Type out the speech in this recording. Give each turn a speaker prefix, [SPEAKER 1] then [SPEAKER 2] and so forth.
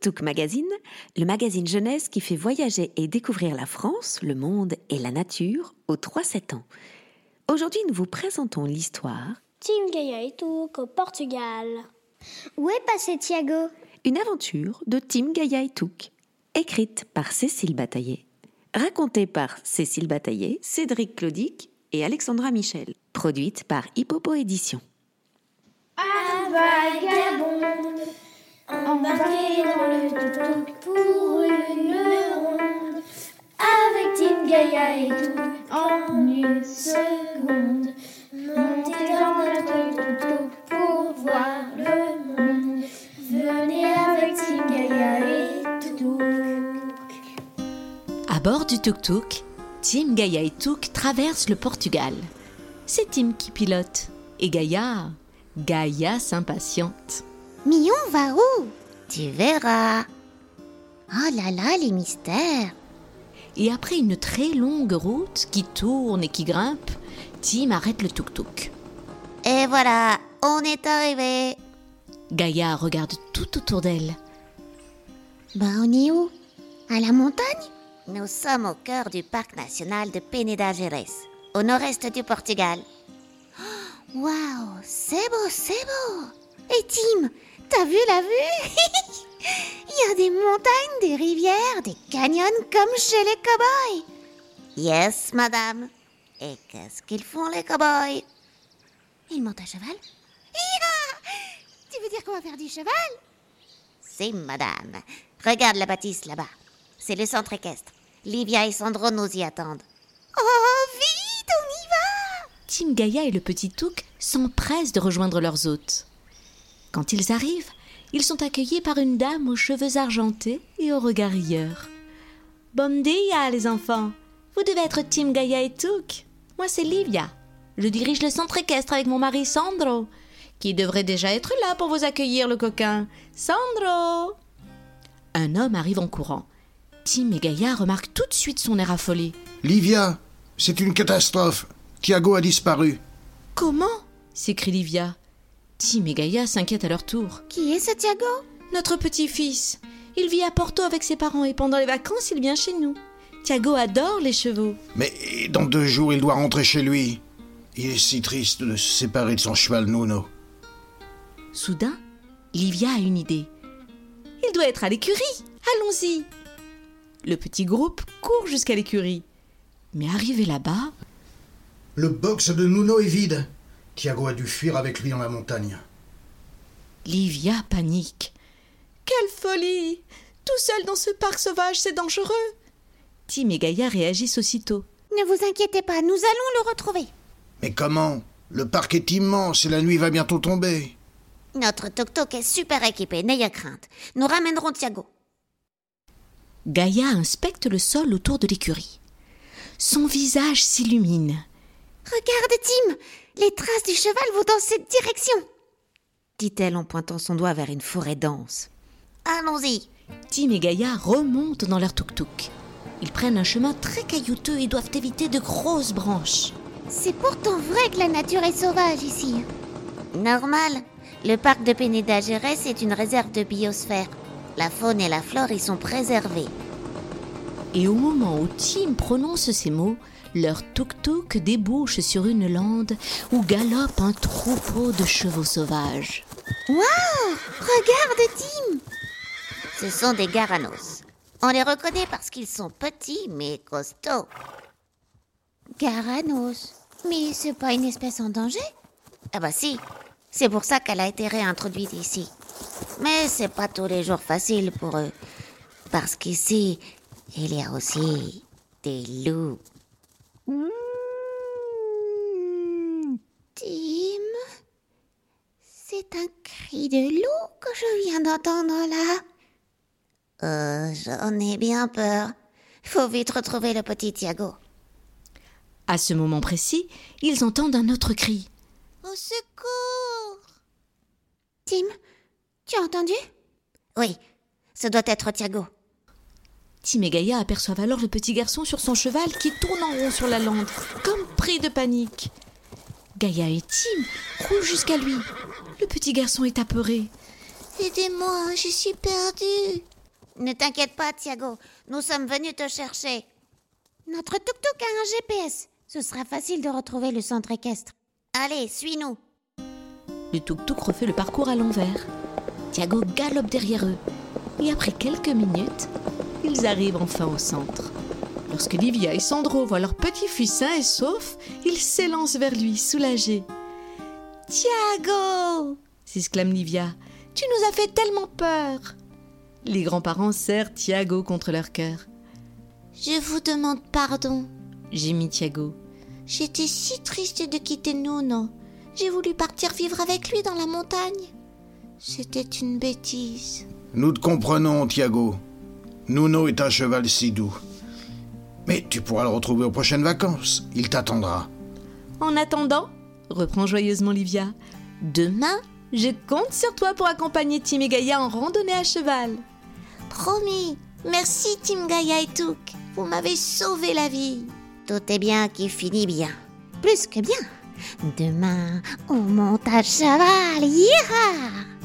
[SPEAKER 1] Tuk Magazine, le magazine jeunesse qui fait voyager et découvrir la France, le monde et la nature aux 3-7 ans. Aujourd'hui, nous vous présentons l'histoire
[SPEAKER 2] Tim et Touk au Portugal.
[SPEAKER 3] Où est passé Thiago
[SPEAKER 1] Une aventure de Tim Gaïa et Touk, écrite par Cécile Bataillé, racontée par Cécile Bataillé, Cédric Claudic et Alexandra Michel, produite par Hippopo Édition.
[SPEAKER 4] Un vagabond, embarqué dans le tuk-tuk pour une ronde, avec Tim Gaïa et Touk en une seconde, monté dans notre tuk-tuk pour voir le monde. Venez avec Tim Gaïa et Touk.
[SPEAKER 5] À bord du tuk-tuk, Tim, Gaïa et Touk traversent le Portugal. C'est Tim qui pilote et Gaïa, Gaïa s'impatiente.
[SPEAKER 6] Mais on va où Tu verras. Oh là là, les mystères.
[SPEAKER 5] Et après une très longue route qui tourne et qui grimpe, Tim arrête le tuk-tuk.
[SPEAKER 6] Et voilà, on est arrivé.
[SPEAKER 5] Gaïa regarde tout autour d'elle.
[SPEAKER 6] Ben on est où À la montagne Nous sommes au cœur du parc national de Peneda Gerês, au nord-est du Portugal. Oh, Waouh, c'est beau, c'est beau. Et Tim, t'as vu la vue Il y a des montagnes, des rivières, des canyons comme chez les cow-boys.
[SPEAKER 3] Yes, madame. Et qu'est-ce qu'ils font, les cow-boys
[SPEAKER 6] Il monte à cheval. Hi-ha Tu veux dire qu'on va faire du cheval
[SPEAKER 3] Si, madame. Regarde la bâtisse là-bas. C'est le centre équestre. Livia et Sandro nous y attendent.
[SPEAKER 6] Oh, vite, on y va
[SPEAKER 5] Tim, Gaïa et le petit Touk s'empressent de rejoindre leurs hôtes. Quand ils arrivent, ils sont accueillis par une dame aux cheveux argentés et au regard rieur. Bon dia, les enfants Vous devez être Tim, Gaïa et Touk. Moi, c'est Livia. Je dirige le centre équestre avec mon mari Sandro, qui devrait déjà être là pour vous accueillir, le coquin. Sandro Un homme arrive en courant. Tim et Gaïa remarquent tout de suite son air affolé.
[SPEAKER 7] Livia, c'est une catastrophe. Thiago a disparu.
[SPEAKER 5] Comment s'écrie Livia. Tim et Gaïa s'inquiètent à leur tour.
[SPEAKER 6] Qui est ce Thiago
[SPEAKER 5] Notre petit-fils. Il vit à Porto avec ses parents et pendant les vacances, il vient chez nous. Thiago adore les chevaux.
[SPEAKER 7] Mais dans deux jours, il doit rentrer chez lui. Il est si triste de se séparer de son cheval Nono.
[SPEAKER 5] Soudain, Livia a une idée. Il doit être à l'écurie. Allons-y. Le petit groupe court jusqu'à l'écurie. Mais arrivé là-bas,
[SPEAKER 7] Le box de Nuno est vide. Thiago a dû fuir avec lui dans la montagne.
[SPEAKER 5] Livia panique. Quelle folie Tout seul dans ce parc sauvage, c'est dangereux Tim et Gaïa réagissent aussitôt.
[SPEAKER 6] Ne vous inquiétez pas, nous allons le retrouver.
[SPEAKER 7] Mais comment Le parc est immense et la nuit va bientôt tomber.
[SPEAKER 3] Notre tuk-tuk est super équipé, n'ayez crainte. Nous ramènerons Thiago.
[SPEAKER 5] Gaïa inspecte le sol autour de l'écurie. Son visage s'illumine.
[SPEAKER 6] Regarde, Tim Les traces du cheval vont dans cette direction.
[SPEAKER 1] dit-elle en pointant son doigt vers une forêt dense.
[SPEAKER 3] Allons-y.
[SPEAKER 5] Tim et Gaïa remontent dans leur tuk-tuk. Ils prennent un chemin très caillouteux et doivent éviter de grosses branches.
[SPEAKER 6] C'est pourtant vrai que la nature est sauvage ici.
[SPEAKER 3] Normal. Le parc de Peneda Gerês est une réserve de biosphère. La faune et la flore y sont préservées.
[SPEAKER 5] Et au moment où Tim prononce ces mots, leur tuk-tuk débouche sur une lande où galope un troupeau de chevaux sauvages.
[SPEAKER 6] Regarde, Tim
[SPEAKER 3] Ce sont des Garanos. On les reconnaît parce qu'ils sont petits mais costauds.
[SPEAKER 6] Garanos. Mais c'est pas une espèce en danger
[SPEAKER 3] Ah bah si, c'est pour ça qu'elle a été réintroduite ici. Mais c'est pas tous les jours facile pour eux. Parce qu'ici, il y a aussi des loups. Mmh.
[SPEAKER 6] Tim C'est un cri de loup que je viens d'entendre là. Oh,
[SPEAKER 3] Euh, j'en ai bien peur. Faut vite retrouver le petit Thiago.
[SPEAKER 5] À ce moment précis, ils entendent un autre cri.
[SPEAKER 6] Au secours Tim, tu as entendu
[SPEAKER 3] Oui, ce doit être Thiago.
[SPEAKER 5] Tim et Gaïa aperçoivent alors le petit garçon sur son cheval qui tourne en rond sur la lande, comme pris de panique. Gaïa et Tim roulent jusqu'à lui. Le petit garçon est apeuré.
[SPEAKER 6] Aidez-moi, je suis perdue Ne t'inquiète pas, Thiago. Nous sommes venus te chercher. Notre tuk-tuk a un GPS. Ce sera facile de retrouver le centre équestre. Allez, suis-nous.
[SPEAKER 5] Le tuk-tuk refait le parcours à l'envers. Thiago galope derrière eux. Et après quelques minutes, ils arrivent enfin au centre. Lorsque Livia et Sandro voient leur petit-fils sain et sauf, ils s'élancent vers lui, soulagés. Tiago s'exclame Livia. Tu nous as fait tellement peur Les grands-parents serrent Tiago contre leur cœur.
[SPEAKER 3] Je vous demande pardon.
[SPEAKER 5] Gémit Tiago.
[SPEAKER 3] J'étais si triste de quitter Nuno. J'ai voulu partir vivre avec lui dans la montagne. C'était une bêtise.
[SPEAKER 7] Nous te comprenons, Thiago. Nuno est un cheval si doux. Mais tu pourras le retrouver aux prochaines vacances. Il t'attendra.
[SPEAKER 5] En attendant, reprend joyeusement Livia, demain, je compte sur toi pour accompagner Tim et Gaïa en randonnée à cheval.
[SPEAKER 3] Promis. Merci Team Gaia et Touk. Vous m'avez sauvé la vie.
[SPEAKER 6] Tout est bien qui finit bien. Plus que bien. Demain, on monte à cheval. Yéha